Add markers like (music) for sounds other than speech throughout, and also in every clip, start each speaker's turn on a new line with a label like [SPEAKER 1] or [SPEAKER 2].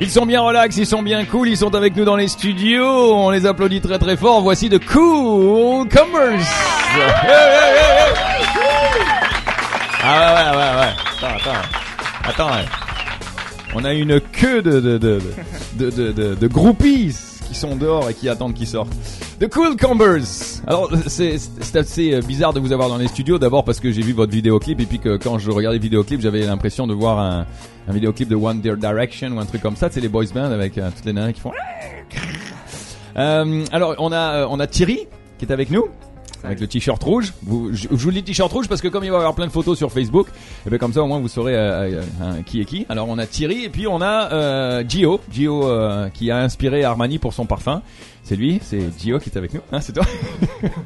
[SPEAKER 1] Ils sont bien relax, ils sont bien cool, ils sont avec nous dans les studios. On les applaudit très très fort. Voici de Cool Commerce. Ah ouais, ouais, ouais, ouais. Attends, attends. Attends, ouais. On a une queue de, de, de, de, de, de- de groupies qui sont dehors et qui attendent qu'ils sortent. The Cool Combers Alors, c'est c'est assez bizarre de vous avoir dans les studios. D'abord parce que j'ai vu votre vidéoclip et puis que quand je regardais le vidéoclip, j'avais l'impression de voir un, un vidéoclip de One Dir- Direction ou un truc comme ça. C'est les boys band avec euh, toutes les nanas qui font... Euh, alors, on a, euh, on a Thierry qui est avec nous. Avec le t-shirt rouge, vous, je, je vous dis t-shirt rouge parce que comme il va y avoir plein de photos sur Facebook, et bien comme ça au moins vous saurez euh, euh, hein, qui est qui. Alors on a Thierry et puis on a euh, Gio, Gio euh, qui a inspiré Armani pour son parfum. C'est lui, c'est Gio qui est avec nous, hein, c'est toi.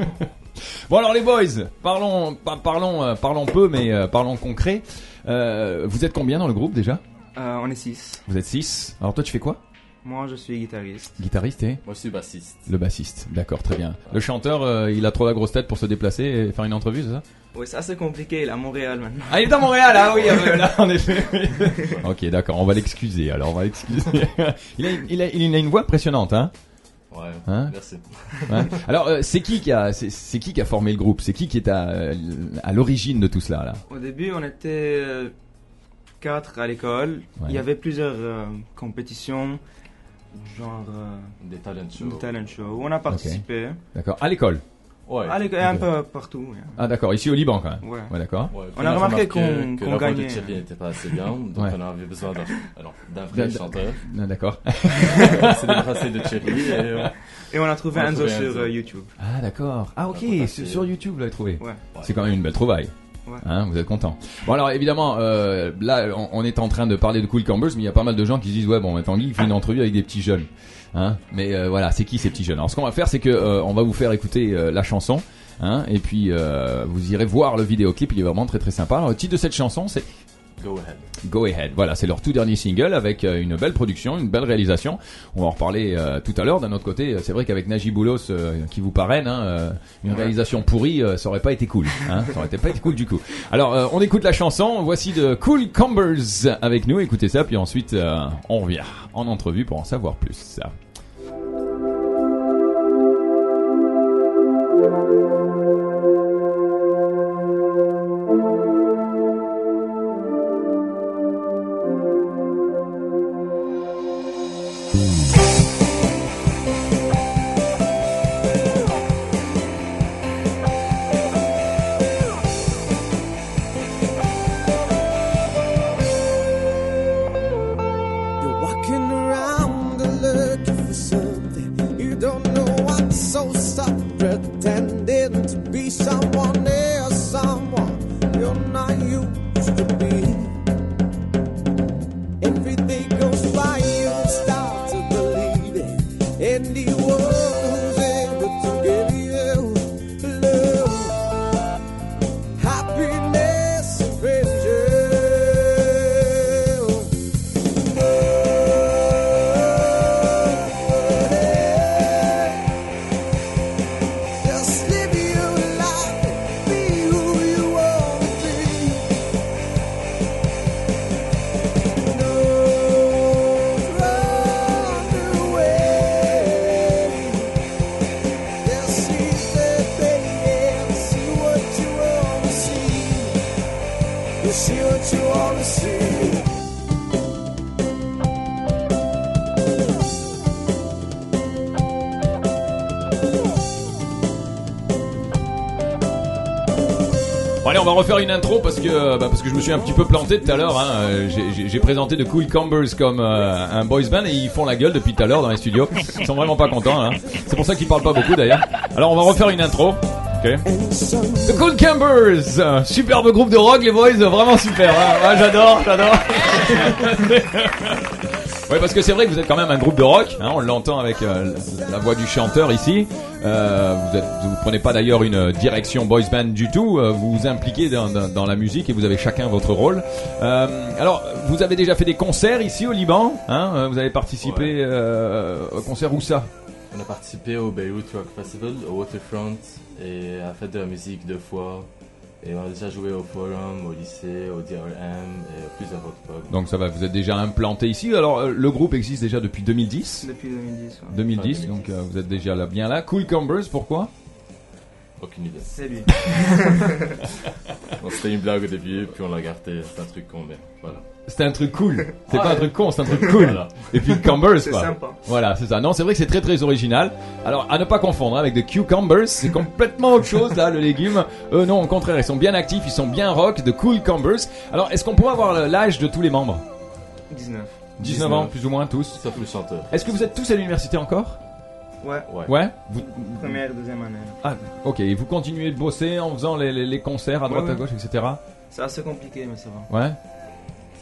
[SPEAKER 1] (laughs) bon alors les boys, parlons, par- parlons, euh, parlons peu mais euh, parlons concret. Euh, vous êtes combien dans le groupe déjà
[SPEAKER 2] Euh, on est 6.
[SPEAKER 1] Vous êtes 6 Alors toi tu fais quoi
[SPEAKER 2] Moi, je suis guitariste.
[SPEAKER 1] Guitariste et
[SPEAKER 3] Moi, je suis bassiste.
[SPEAKER 1] le bassiste, d'accord, très bien. Le chanteur, euh, il a trop la grosse tête pour se déplacer et faire une entrevue, c'est ça
[SPEAKER 2] Oui, ça c'est compliqué, il est à Montréal maintenant.
[SPEAKER 1] Ah, il est à Montréal, ah oui, (laughs) euh, là, en effet. ok, d'accord, on va l'excuser, alors, on va l'excuser. (laughs) il, a, une- il, a, il a une voix impressionnante, hein,
[SPEAKER 3] Ouais.
[SPEAKER 1] hein
[SPEAKER 3] Merci.
[SPEAKER 1] hein. Alors, euh, c'est qui qui a, c'est, c'est qui qui a formé le groupe C'est qui qui est à, euh, à l'origine de tout cela, là
[SPEAKER 2] Au début, on était 4 à l'école.
[SPEAKER 1] Ouais.
[SPEAKER 2] Il y avait plusieurs euh, compétitions, genre euh,
[SPEAKER 3] Des talent shows.
[SPEAKER 2] de talent show. On a participé.
[SPEAKER 1] D'accord, à l'école.
[SPEAKER 3] Ouais.
[SPEAKER 2] À l'école, un
[SPEAKER 1] Ok.
[SPEAKER 2] peu partout. ouais.
[SPEAKER 1] Ah, d'accord, ici au Liban, quand même.
[SPEAKER 2] Ouais.
[SPEAKER 1] Ouais, d'accord.
[SPEAKER 3] Ouais, puis
[SPEAKER 2] On a remarqué qu'on-
[SPEAKER 3] que
[SPEAKER 2] qu'on
[SPEAKER 3] la voix de
[SPEAKER 2] gagnait.
[SPEAKER 3] Thierry n'était pas assez bien, donc
[SPEAKER 1] Ouais.
[SPEAKER 3] on avait besoin d'un alors, d'un vrai
[SPEAKER 1] D'un-
[SPEAKER 3] chanteur.
[SPEAKER 1] Ah, d'accord.
[SPEAKER 3] On s'est débarrassé de Thierry et euh,
[SPEAKER 2] Et on a trouvé
[SPEAKER 3] On a
[SPEAKER 2] Enzo
[SPEAKER 3] trouvé
[SPEAKER 2] sur
[SPEAKER 3] Enzo.
[SPEAKER 2] euh, YouTube.
[SPEAKER 1] Ah, d'accord. Ah, ok,
[SPEAKER 3] Ouais,
[SPEAKER 1] sur,
[SPEAKER 3] c'est-
[SPEAKER 1] sur YouTube, vous l'avez trouvé.
[SPEAKER 2] Ouais.
[SPEAKER 1] C'est quand même une belle trouvaille.
[SPEAKER 2] Ouais.
[SPEAKER 1] Hein, vous êtes content. Bon alors évidemment, euh, là on, on est en train de parler de Cool Campbells, mais il y a pas mal de gens qui se disent ouais bon, mais Tanguy il fait une entrevue avec des petits jeunes. Hein mais euh, voilà, c'est qui ces petits jeunes Alors ce qu'on va faire, c'est que euh, on va vous faire écouter euh, la chanson. Hein, et puis euh, vous irez voir le vidéoclip, il est vraiment très très sympa. Alors, le titre de cette chanson, c'est
[SPEAKER 3] Go ahead.
[SPEAKER 1] Go Ahead. Voilà, c'est leur tout dernier single avec euh, une belle production, une belle réalisation. On va en reparler euh, tout à l'heure. D'un autre côté, euh, c'est vrai qu'avec Najib Boulos euh, qui vous parraine, hein, euh, une réalisation pourrie, euh, ça aurait pas été cool. Hein, ça aurait été pas été cool du coup. Alors, euh, on écoute la chanson. Voici de Cool Combers avec nous. Écoutez ça, puis ensuite euh, on revient en entrevue pour en savoir plus.
[SPEAKER 4] You're walking around looking for something you don't know what, so stop pretending to be someone else, someone you're not used to be. Every day goes by, you start to believe it. Anyone who's able to give you love, happiness, and pleasure. Just live your life, be who you want to be. Don't run away. Just see the thing, see what you want to see. You see what you want to see.
[SPEAKER 1] Bon, allez, on va refaire une intro parce que euh, bah, parce que je me suis un petit peu planté tout à l'heure. Hein. Euh, j'ai- J'ai j'ai présenté de Cool Combers comme euh, un boys band et ils font la gueule depuis tout à l'heure dans les studios. Ils sont vraiment pas contents. Hein. C'est pour ça qu'ils parlent pas beaucoup d'ailleurs. Alors on va refaire une intro. Ok. The Cool Combers, euh, superbe groupe de rock, les boys, euh, vraiment super. hein. Ouais, j'adore, j'adore. Ouais, parce que c'est vrai que vous êtes quand même un groupe de rock, hein, on l'entend avec euh, la voix du chanteur ici. Euh, vous, êtes, vous prenez pas d'ailleurs une direction boys band du tout, euh, vous vous impliquez dans, dans- dans la musique et vous avez chacun votre rôle. Euh, alors, vous avez déjà fait des concerts ici au Liban, hein, euh, vous avez participé euh, au concert où ça
[SPEAKER 3] On a participé au Beirut Rock Festival, au Waterfront, et à la fête de la musique deux fois. Et on a déjà joué au Forum, au lycée, au DRM et plusieurs autres pubs.
[SPEAKER 1] Donc ça va, vous êtes déjà implanté ici. Alors euh, le groupe existe déjà depuis 2010.
[SPEAKER 2] Depuis 2010, ouais.
[SPEAKER 1] 2010,
[SPEAKER 3] Ouais, 2010.
[SPEAKER 1] donc euh, vous êtes déjà là, bien là. Cool Cumbers, pourquoi
[SPEAKER 3] Aucune idée.
[SPEAKER 2] C'est lui.
[SPEAKER 3] Bon, C'était une blague au début, puis on l'a gardé. C'est un truc qu'on met. Voilà.
[SPEAKER 1] C'était un truc cool. C'est
[SPEAKER 3] Ouais.
[SPEAKER 1] pas un truc con, c'est un truc cool.
[SPEAKER 3] Voilà.
[SPEAKER 1] Et puis Cumbers,
[SPEAKER 2] C'est
[SPEAKER 1] quoi.
[SPEAKER 2] sympa.
[SPEAKER 1] Voilà, c'est ça. Non, c'est vrai que c'est très très original. Alors, à ne pas confondre hein, avec des cucumbers, c'est complètement autre chose là, le légume. Eux, non, au contraire, ils sont bien actifs, ils sont bien rock, de cool cumbers. Alors, est-ce qu'on pourrait avoir euh, l'âge de tous les membres
[SPEAKER 2] 19.
[SPEAKER 1] 19,
[SPEAKER 3] 19.
[SPEAKER 1] ans, plus ou moins, tous.
[SPEAKER 3] Sauf le chanteur.
[SPEAKER 1] Est-ce que vous êtes tous à l'université encore
[SPEAKER 2] Ouais.
[SPEAKER 3] Ouais.
[SPEAKER 1] Ouais vous, ah,
[SPEAKER 2] Première, deuxième année.
[SPEAKER 1] Ok, et vous continuez de bosser en faisant les, les- les concerts à droite,
[SPEAKER 2] Ouais,
[SPEAKER 1] à
[SPEAKER 2] ouais.
[SPEAKER 1] gauche, etc.
[SPEAKER 2] C'est assez compliqué, mais ça va.
[SPEAKER 1] Ouais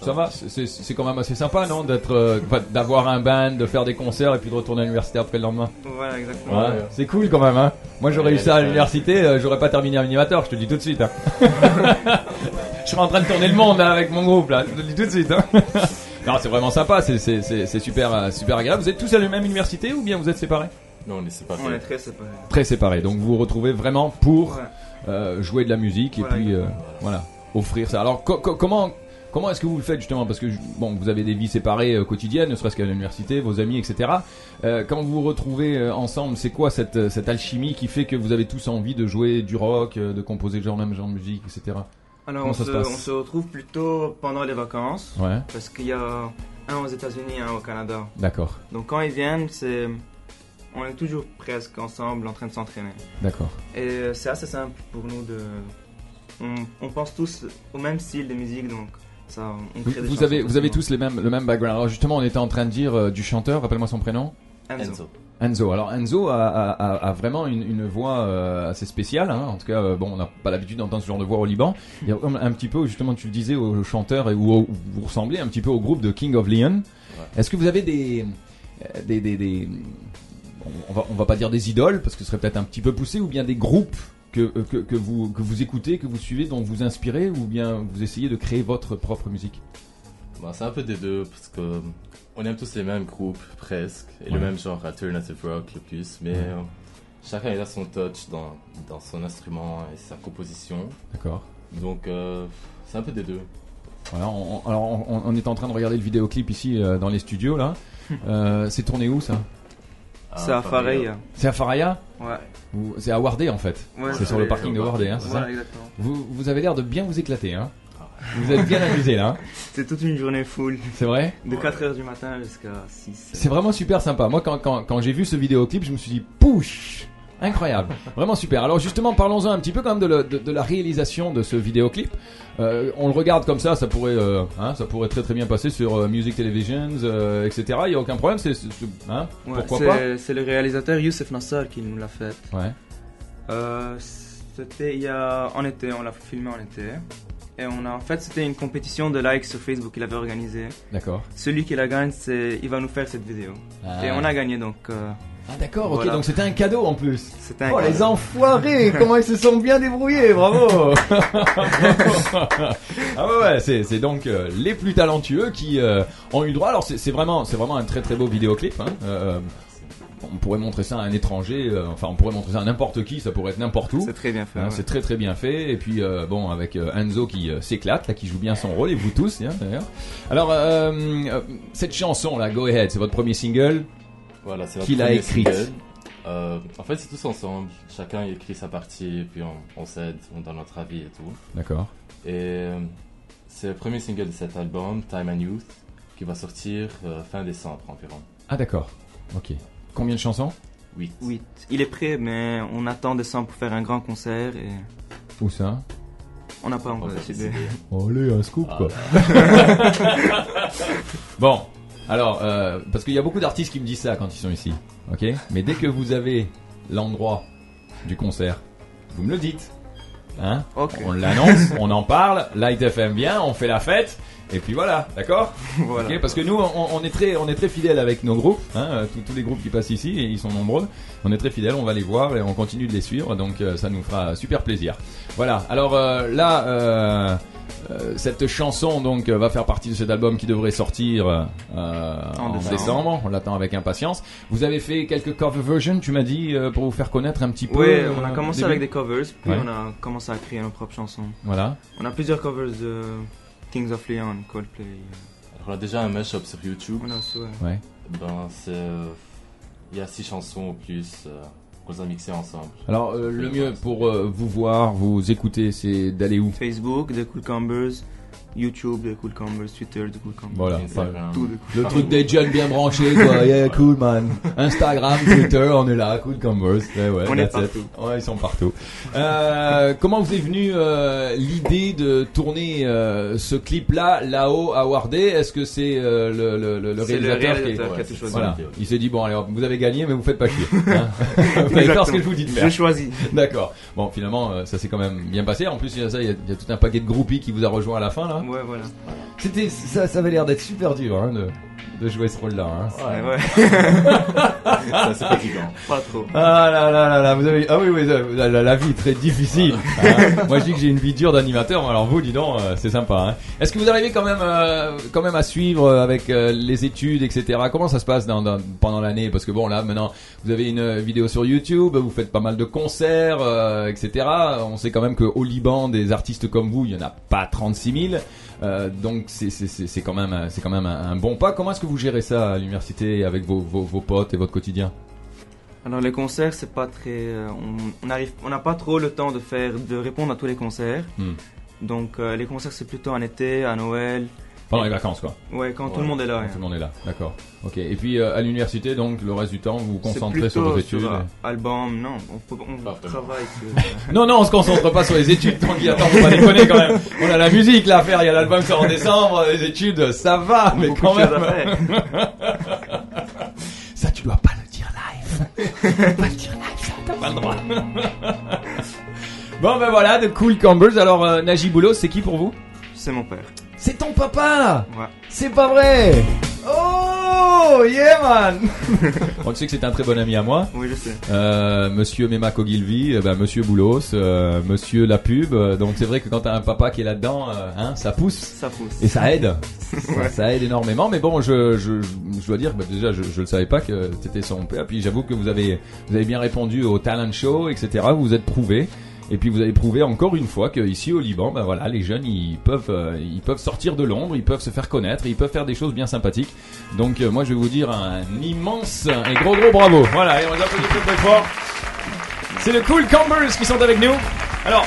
[SPEAKER 1] ça va, c'est c'est quand même assez sympa, non, d'être, euh, enfin, d'avoir un band, de faire des concerts et puis de retourner à l'université après le lendemain.
[SPEAKER 2] Voilà,
[SPEAKER 1] Ouais,
[SPEAKER 2] exactement.
[SPEAKER 3] Ouais.
[SPEAKER 1] C'est cool quand même, hein. Moi j'aurais eu ça à l'université, euh, j'aurais pas terminé un animateur, je te le dis tout de (laughs) suite. hein. je serais en train de tourner le monde hein, avec mon groupe là, je te le dis tout de suite. (laughs) hein. non, c'est vraiment sympa, c'est- c'est c'est- c'est super, euh, super agréable. Vous êtes tous à la même université ou bien vous êtes séparés
[SPEAKER 3] Non, on est séparés.
[SPEAKER 2] On est très séparés.
[SPEAKER 1] Très séparés, donc vous vous retrouvez vraiment pour
[SPEAKER 2] Ouais.
[SPEAKER 1] euh, jouer de la musique et
[SPEAKER 2] Voilà,
[SPEAKER 1] puis euh,
[SPEAKER 3] exactement.
[SPEAKER 1] voilà, offrir ça. Alors co- co- comment. Comment est-ce que vous le faites justement Parce que je- bon, vous avez des vies séparées euh, quotidiennes, ne serait-ce qu'à l'université, vos amis, etc. Euh, quand vous vous retrouvez euh, ensemble, c'est quoi cette, euh, cette alchimie qui fait que vous avez tous envie de jouer du rock, euh, de composer le genre même genre de musique, etc.
[SPEAKER 2] Alors,
[SPEAKER 1] Comment
[SPEAKER 2] on
[SPEAKER 1] ça se
[SPEAKER 2] se,
[SPEAKER 1] passe
[SPEAKER 2] on se retrouve plutôt pendant les vacances.
[SPEAKER 1] Ouais,
[SPEAKER 2] Parce qu'il y a un aux États-Unis et un au Canada.
[SPEAKER 1] d'accord,
[SPEAKER 2] Donc, quand ils viennent, c'est. On est toujours presque ensemble en train de s'entraîner.
[SPEAKER 1] d'accord.
[SPEAKER 2] Et euh, c'est assez simple pour nous de. On, on pense tous au même style de musique, donc ça. On
[SPEAKER 1] Vous,
[SPEAKER 2] crée des
[SPEAKER 1] vous
[SPEAKER 2] chansons
[SPEAKER 1] avez vous avez
[SPEAKER 2] facilement.
[SPEAKER 1] tous les mêmes le même background. Alors justement, on était en train de dire euh, du chanteur. Rappelle-moi son prénom.
[SPEAKER 2] Enzo.
[SPEAKER 3] Enzo.
[SPEAKER 1] Enzo. Alors Enzo a, a- a- a vraiment une, une voix euh, assez spéciale. hein. En tout cas, euh, bon, on n'a pas l'habitude d'entendre ce genre de voix au Liban. Il y a comme un petit peu, justement, tu le disais, au chanteur et où au- vous ressemblez un petit peu au groupe de King of Leon.
[SPEAKER 3] Ouais.
[SPEAKER 1] Est-ce que vous avez des euh, des, des, des- bon, on va on va pas dire des idoles parce que ce serait peut-être un petit peu poussé ou bien des groupes que, euh, que, que vous que vous écoutez, que vous suivez, dont vous inspirez ou bien vous essayez de créer votre propre musique.
[SPEAKER 3] Bah, c'est un peu des deux, parce que euh, on aime tous les mêmes groupes, presque, et
[SPEAKER 1] Ouais.
[SPEAKER 3] le même genre alternative rock le plus, mais euh, chacun il a son touch dans, dans son instrument et sa composition.
[SPEAKER 1] D'accord.
[SPEAKER 3] Donc, euh, c'est un peu des deux.
[SPEAKER 1] Voilà, on, on- alors on, on est en train de regarder le vidéoclip ici euh, dans les studios là. Euh, c'est tourné où ça Ah,
[SPEAKER 2] C'est à
[SPEAKER 3] euh,
[SPEAKER 2] Fareille.
[SPEAKER 1] C'est à Faraya
[SPEAKER 2] Ouais.
[SPEAKER 1] Ou- C'est à Wardé en fait.
[SPEAKER 2] Ouais,
[SPEAKER 1] c'est sur le parking de
[SPEAKER 3] au
[SPEAKER 1] Wardé, hein, c'est ça
[SPEAKER 2] Voilà, exactement.
[SPEAKER 1] vous, vous avez l'air de bien vous éclater, hein Vous êtes bien amusé là, hein
[SPEAKER 2] C'est toute une journée full,
[SPEAKER 1] c'est vrai
[SPEAKER 2] de 4h du matin jusqu'à 6.
[SPEAKER 1] C'est vraiment super sympa. Moi, quand, quand, quand j'ai vu ce vidéoclip, je me suis dit, pouche Incroyable, vraiment super. Alors justement, parlons-en un petit peu quand même de, le- de- de la réalisation de ce vidéoclip. Euh, on le regarde comme ça, ça pourrait, euh, hein, ça pourrait très très bien passer sur euh, Music Televisions, euh, etc. Il y a aucun problème, c'est, c'est- c'est- hein,
[SPEAKER 2] Ouais,
[SPEAKER 1] pourquoi
[SPEAKER 2] c'est-
[SPEAKER 1] pas
[SPEAKER 2] C'est le réalisateur Youssef Nassar qui nous l'a fait.
[SPEAKER 1] Ouais,
[SPEAKER 2] Euh, c'était il y a en été, on l'a filmé en été. Et on a, en fait, c'était une compétition de likes sur Facebook qu'il avait organisée.
[SPEAKER 1] d'accord.
[SPEAKER 2] Celui qui la gagne, c'est, il va nous faire cette vidéo. Et on a gagné donc. euh,
[SPEAKER 1] Ah d'accord, ok,
[SPEAKER 2] Voilà.
[SPEAKER 1] donc c'était un cadeau en plus.
[SPEAKER 2] c'était un
[SPEAKER 1] Oh
[SPEAKER 2] cadeau.
[SPEAKER 1] les enfoirés, comment ils se sont bien débrouillés, bravo (laughs) Ah ouais, ouais, c'est, c'est donc euh, les plus talentueux qui euh, ont eu droit. Alors c'est, c'est vraiment, c'est vraiment un très très beau vidéoclip. hein. Euh, euh, on pourrait montrer ça à un étranger, euh, enfin on pourrait montrer ça à n'importe qui, ça pourrait être n'importe où.
[SPEAKER 2] C'est très bien fait.
[SPEAKER 1] Hein,
[SPEAKER 2] ouais.
[SPEAKER 1] C'est très très bien fait. Et puis euh, bon, avec euh, Enzo qui euh, s'éclate, là, qui joue bien son rôle, et vous tous, hein, d'ailleurs. Alors euh, euh, cette chanson là, Go Ahead, c'est votre premier single.
[SPEAKER 2] hein,
[SPEAKER 3] Voilà, c'est notre
[SPEAKER 1] Qui l'a
[SPEAKER 3] premier
[SPEAKER 1] écrite
[SPEAKER 3] single. Euh, En fait, c'est tous ensemble. Chacun il écrit sa partie, et puis on, on s'aide, on donne notre avis et tout.
[SPEAKER 1] D'accord.
[SPEAKER 3] Et euh, c'est le premier single de cet album, Time and Youth, qui va sortir euh, fin décembre environ.
[SPEAKER 1] Ah d'accord. Ok. Combien de chansons
[SPEAKER 3] Oui.
[SPEAKER 2] Oui, il est prêt, mais on attend décembre pour faire un grand concert et
[SPEAKER 1] Où ça
[SPEAKER 2] on n'a pas
[SPEAKER 3] On
[SPEAKER 2] encore
[SPEAKER 3] va
[SPEAKER 2] décidé.
[SPEAKER 3] décider.
[SPEAKER 1] Allez, un scoop quoi. (laughs) bon, alors, euh, parce qu'il y a beaucoup d'artistes qui me disent ça quand ils sont ici, ok Mais dès que vous avez l'endroit du concert, vous me le dites. Hein
[SPEAKER 2] Ok,
[SPEAKER 1] on l'annonce, on en parle, Light FM vient, on fait la fête, et puis voilà, d'accord
[SPEAKER 2] (laughs) voilà.
[SPEAKER 1] Ok, parce que nous, on, on est très, on est très fidèles avec nos groupes, hein, euh, tous, tous les groupes qui passent ici, et ils sont nombreux. On est très fidèles, on va les voir et on continue de les suivre, donc euh, ça nous fera super plaisir. Voilà. Alors euh, là, euh, Euh, cette chanson donc euh, va faire partie de cet album qui devrait sortir euh, en, décembre.
[SPEAKER 2] décembre.
[SPEAKER 1] On l'attend avec impatience. Vous avez fait quelques cover versions, tu m'as dit, euh, pour vous faire connaître un petit peu.
[SPEAKER 2] Oui,
[SPEAKER 1] euh,
[SPEAKER 2] on a commencé
[SPEAKER 1] début.
[SPEAKER 2] avec des covers, puis
[SPEAKER 1] Ouais.
[SPEAKER 2] on a commencé à créer nos propres chansons.
[SPEAKER 1] Voilà.
[SPEAKER 2] On a plusieurs covers de Kings of Leon, Coldplay.
[SPEAKER 3] Alors, on a déjà un mashup sur YouTube.
[SPEAKER 2] On a aussi, ouais.
[SPEAKER 1] Ouais.
[SPEAKER 3] Ben, c'est. euh, Il y a six chansons au plus euh, qu'on les a mixées ensemble.
[SPEAKER 1] Alors euh, le mieux pour euh, vous voir, vous écouter, c'est d'aller où
[SPEAKER 2] Facebook, The Cool Combers, YouTube, The Cool Combers, Twitter, The Cool Combers.
[SPEAKER 1] Voilà.
[SPEAKER 3] Instagram.
[SPEAKER 2] Tout de cool.
[SPEAKER 1] Le truc des jeunes bien branchés, quoi. Yeah, cool, man. Instagram, Twitter, on est là, cool Converse. Ouais, ouais,
[SPEAKER 2] On est
[SPEAKER 1] that's it.
[SPEAKER 2] partout.
[SPEAKER 1] Ouais, ils sont partout. Euh, comment vous est venue euh, l'idée de tourner euh, ce clip-là, là-haut, à Wardé Est-ce que c'est euh, le, le- le- le
[SPEAKER 2] C'est le
[SPEAKER 1] réalisateur,
[SPEAKER 2] réalisateur
[SPEAKER 1] qui
[SPEAKER 2] qui a
[SPEAKER 3] Ouais,
[SPEAKER 2] tout
[SPEAKER 3] c'est
[SPEAKER 1] est...
[SPEAKER 2] choisi. (laughs)
[SPEAKER 1] Voilà.
[SPEAKER 3] Vidéo.
[SPEAKER 1] Il s'est dit, bon, allez, hop, vous avez gagné, mais vous faites pas chier. hein. vous allez faire ce que je vous dis de faire.
[SPEAKER 2] Je choisis.
[SPEAKER 1] (laughs) D'accord. Bon, finalement, euh, ça s'est quand même bien passé. En plus, il y a ça, il y a, il y a tout un paquet de groupies qui vous a rejoint à la fin, là.
[SPEAKER 2] Ouais, voilà.
[SPEAKER 1] C'était, ça, ça avait l'air d'être super dur hein, de, de jouer ce rôle-là. hein.
[SPEAKER 2] Ouais,
[SPEAKER 3] Ouais,
[SPEAKER 2] ouais.
[SPEAKER 3] c'est assez fatigant.
[SPEAKER 2] pas trop.
[SPEAKER 1] Ah là là là là, vous avez, ah oui, oui la, la- la vie est très difficile. hein. Moi je dis que j'ai une vie dure d'animateur, alors vous, dis donc, euh, c'est sympa. hein. Est-ce que vous arrivez quand même, euh, quand même à suivre euh, avec euh, les études, etc. Comment ça se passe dans, dans- pendant l'année Parce que bon là maintenant, vous avez une euh, vidéo sur YouTube, vous faites pas mal de concerts, euh, etc. On sait quand même qu'au Liban, des artistes comme vous, il y en a pas 36 000. Euh, donc c'est c'est- c'est- c'est quand même, euh, c'est quand même un, un bon pas. Comment est-ce que vous gérez ça à l'université avec vos, vos, vos potes et votre quotidien
[SPEAKER 2] Alors les concerts, c'est pas très, euh, on on arrive, on n'a pas trop le temps de faire, de répondre à tous les concerts.
[SPEAKER 1] Hmm.
[SPEAKER 2] Donc euh, les concerts, c'est plutôt en été, à Noël,
[SPEAKER 1] pendant les vacances quoi
[SPEAKER 2] ouais, quand tout
[SPEAKER 3] Ouais,
[SPEAKER 2] le monde est là.
[SPEAKER 1] Ah,
[SPEAKER 2] hein.
[SPEAKER 1] Tout le monde est là, d'accord. Ok. Et puis euh, à l'université, donc le reste du temps, vous vous
[SPEAKER 2] C'est
[SPEAKER 1] concentrez sur vos
[SPEAKER 2] plutôt
[SPEAKER 1] études.
[SPEAKER 2] un Album, non, on, peut- on
[SPEAKER 3] Pas vraiment.
[SPEAKER 2] travaille. sur-
[SPEAKER 1] Non, non, on se concentre pas sur les études. Tanguy, attends, faut pas déconner quand même. On a la musique là à faire. Il y a l'album qui sort en décembre. Les études, ça va, (laughs) mais
[SPEAKER 2] beaucoup
[SPEAKER 1] quand
[SPEAKER 2] de choses à
[SPEAKER 1] même.
[SPEAKER 2] faire. (laughs)
[SPEAKER 1] Ça, tu dois pas le dire live. pas le dire live, ça, t'as pas le droit. bon, ben voilà, de Cool Campbells. Alors, euh, Naji Boulot, c'est qui pour vous
[SPEAKER 2] c'est mon père.
[SPEAKER 1] C'est ton papa.
[SPEAKER 2] Ouais.
[SPEAKER 1] C'est pas vrai Oh yeah
[SPEAKER 2] (laughs)
[SPEAKER 1] man On tu sais que c'est un très bon ami à moi.
[SPEAKER 2] Oui, je sais.
[SPEAKER 1] Euh, monsieur Mema Kogilvi, euh, ben, Monsieur Boulos, euh, Monsieur La Pub. euh, donc c'est vrai que quand t'as un papa qui est là-dedans, euh, hein, ça pousse
[SPEAKER 2] Ça pousse.
[SPEAKER 1] et ça aide. ça, ça aide énormément. Mais bon, je, je, je dois dire, bah, déjà, je, je le savais pas que t'étais son père. Puis j'avoue que vous avez, vous avez bien répondu au talent show, etc. Vous vous êtes prouvé. Et puis vous avez prouvé encore une fois que ici au Liban, ben voilà, les jeunes ils peuvent, euh, ils peuvent sortir de l'ombre, ils peuvent se faire connaître, ils peuvent faire des choses bien sympathiques. Donc euh, moi je vais vous dire un immense et gros gros bravo. Voilà, et on les applaudit très très fort. C'est le Cool Campers qui sont avec nous. Alors,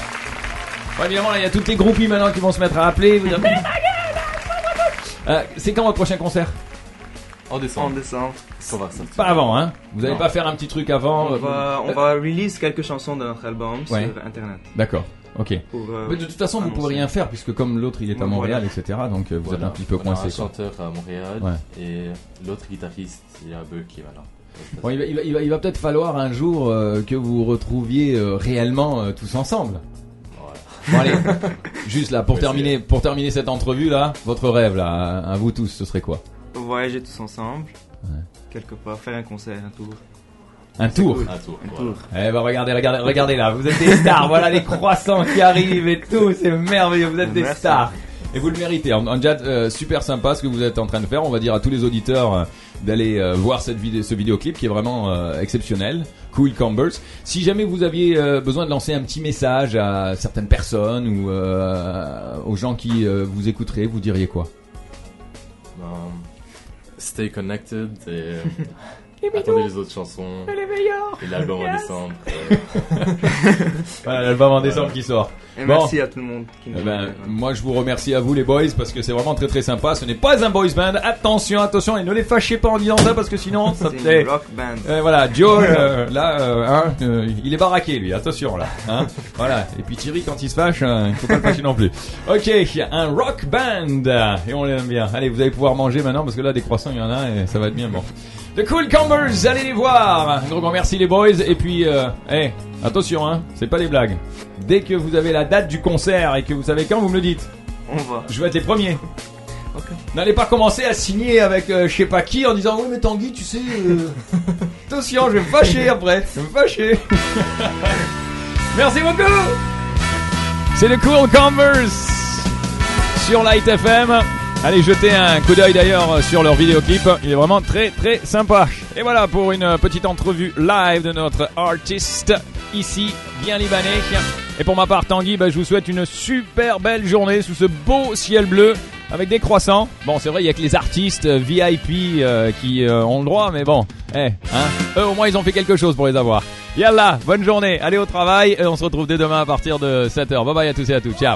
[SPEAKER 1] bon, évidemment là il y a toutes les groupies maintenant qui vont se mettre à appeler. vous dire, Mais ma gueule, euh, C'est quand votre prochain concert
[SPEAKER 3] (laughs) En
[SPEAKER 2] En
[SPEAKER 3] décembre,
[SPEAKER 2] décembre,
[SPEAKER 3] on va sortir.
[SPEAKER 1] Pas avant, hein Vous n'allez
[SPEAKER 3] Non.
[SPEAKER 1] pas faire un petit truc avant
[SPEAKER 2] on
[SPEAKER 1] euh,
[SPEAKER 2] va, on va release quelques chansons de notre album
[SPEAKER 1] Ouais.
[SPEAKER 2] sur internet.
[SPEAKER 1] Euh, D'accord, ok.
[SPEAKER 2] Pour, euh,
[SPEAKER 1] Mais de toute façon, vous
[SPEAKER 2] annoncer.
[SPEAKER 1] pouvez rien faire puisque comme l'autre il est à
[SPEAKER 2] Oui,
[SPEAKER 1] Montréal, etc. Donc euh, vous
[SPEAKER 3] Voilà.
[SPEAKER 1] êtes un petit peu
[SPEAKER 3] On a
[SPEAKER 1] coincé.
[SPEAKER 3] Un
[SPEAKER 1] quoi.
[SPEAKER 3] chanteur à Montréal
[SPEAKER 1] Ouais.
[SPEAKER 3] et l'autre guitariste, il a un bug qui va là.
[SPEAKER 1] Bon, il va, il va- il va- il va peut-être falloir un jour euh, que vous vous retrouviez euh, réellement euh, tous ensemble.
[SPEAKER 3] Voilà.
[SPEAKER 1] Bon
[SPEAKER 2] (laughs)
[SPEAKER 1] allez, juste là pour
[SPEAKER 3] Ouais,
[SPEAKER 1] terminer, pour terminer cette entrevue là, votre rêve là, à, à vous tous, ce serait quoi
[SPEAKER 2] voyager tous ensemble,
[SPEAKER 1] Ouais.
[SPEAKER 2] quelque part, faire un concert, un tour.
[SPEAKER 1] Un tour.
[SPEAKER 3] Un tour.
[SPEAKER 2] Un
[SPEAKER 3] voilà.
[SPEAKER 2] tour.
[SPEAKER 1] Eh ben regardez, regardez, regardez là, vous êtes des stars. voilà les croissants qui arrivent et tout, c'est merveilleux, vous êtes des
[SPEAKER 2] Merci.
[SPEAKER 1] stars. Et vous le méritez. En, en chat, euh, super sympa ce que vous êtes en train de faire. On va dire à tous les auditeurs euh, d'aller euh, voir cette vidéo, ce vidéoclip qui est vraiment euh, exceptionnel. Cool Combers. Si jamais vous aviez euh, besoin de lancer un petit message à certaines personnes ou euh, aux gens qui euh, vous écouteraient, vous diriez quoi
[SPEAKER 3] Ben, stay connected et attendez les autres chansons. Et l'album en décembre. euh,
[SPEAKER 1] Voilà l'album en décembre qui sort.
[SPEAKER 2] Et
[SPEAKER 1] Bon.
[SPEAKER 2] merci à tout le monde qui nous
[SPEAKER 1] Eh ben,
[SPEAKER 2] regarde.
[SPEAKER 1] moi je vous remercie à vous les boys parce que c'est vraiment très très sympa. Ce n'est pas un boys band. Attention, attention et ne les fâchez pas en disant ça parce que sinon ça
[SPEAKER 2] C'est une
[SPEAKER 1] eh,
[SPEAKER 2] rock band.
[SPEAKER 1] eh, voilà, Joe, euh, là, euh, hein, euh, il est baraqué lui, attention là. hein. voilà, et puis Thierry quand il se fâche, euh, il faut pas le fâcher non plus. Ok, un rock band et on l'aime bien. Allez, vous allez pouvoir manger maintenant parce que là des croissants il y en a et ça va être bien bon. The Cool Combers, allez les voir. Un gros grand merci les boys et puis euh, eh, attention hein, c'est pas des blagues. Dès que vous avez la date du concert et que vous savez quand, vous me le dites.
[SPEAKER 2] On va.
[SPEAKER 1] Je vais être les premiers.
[SPEAKER 2] Ok.
[SPEAKER 1] N'allez pas commencer à signer avec euh, je sais pas qui en disant oui mais Tanguy tu sais euh, attention je vais me fâcher après je vais me fâcher. (laughs) Merci beaucoup. C'est le Cool Converse. sur Light FM. Allez jeter un coup d'œil d'ailleurs sur leur vidéoclip, il est vraiment très très sympa. Et voilà pour une petite entrevue live de notre artiste ici, bien libanais. Et pour ma part Tanguy, bah, je vous souhaite une super belle journée sous ce beau ciel bleu avec des croissants. Bon c'est vrai, il y a que les artistes euh, VIP euh, qui euh, ont le droit, mais bon, eh, hein, eux au moins ils ont fait quelque chose pour les avoir. Yallah, bonne journée, allez au travail et on se retrouve dès demain à partir de 7h. Bye bye à tous et à toutes, ciao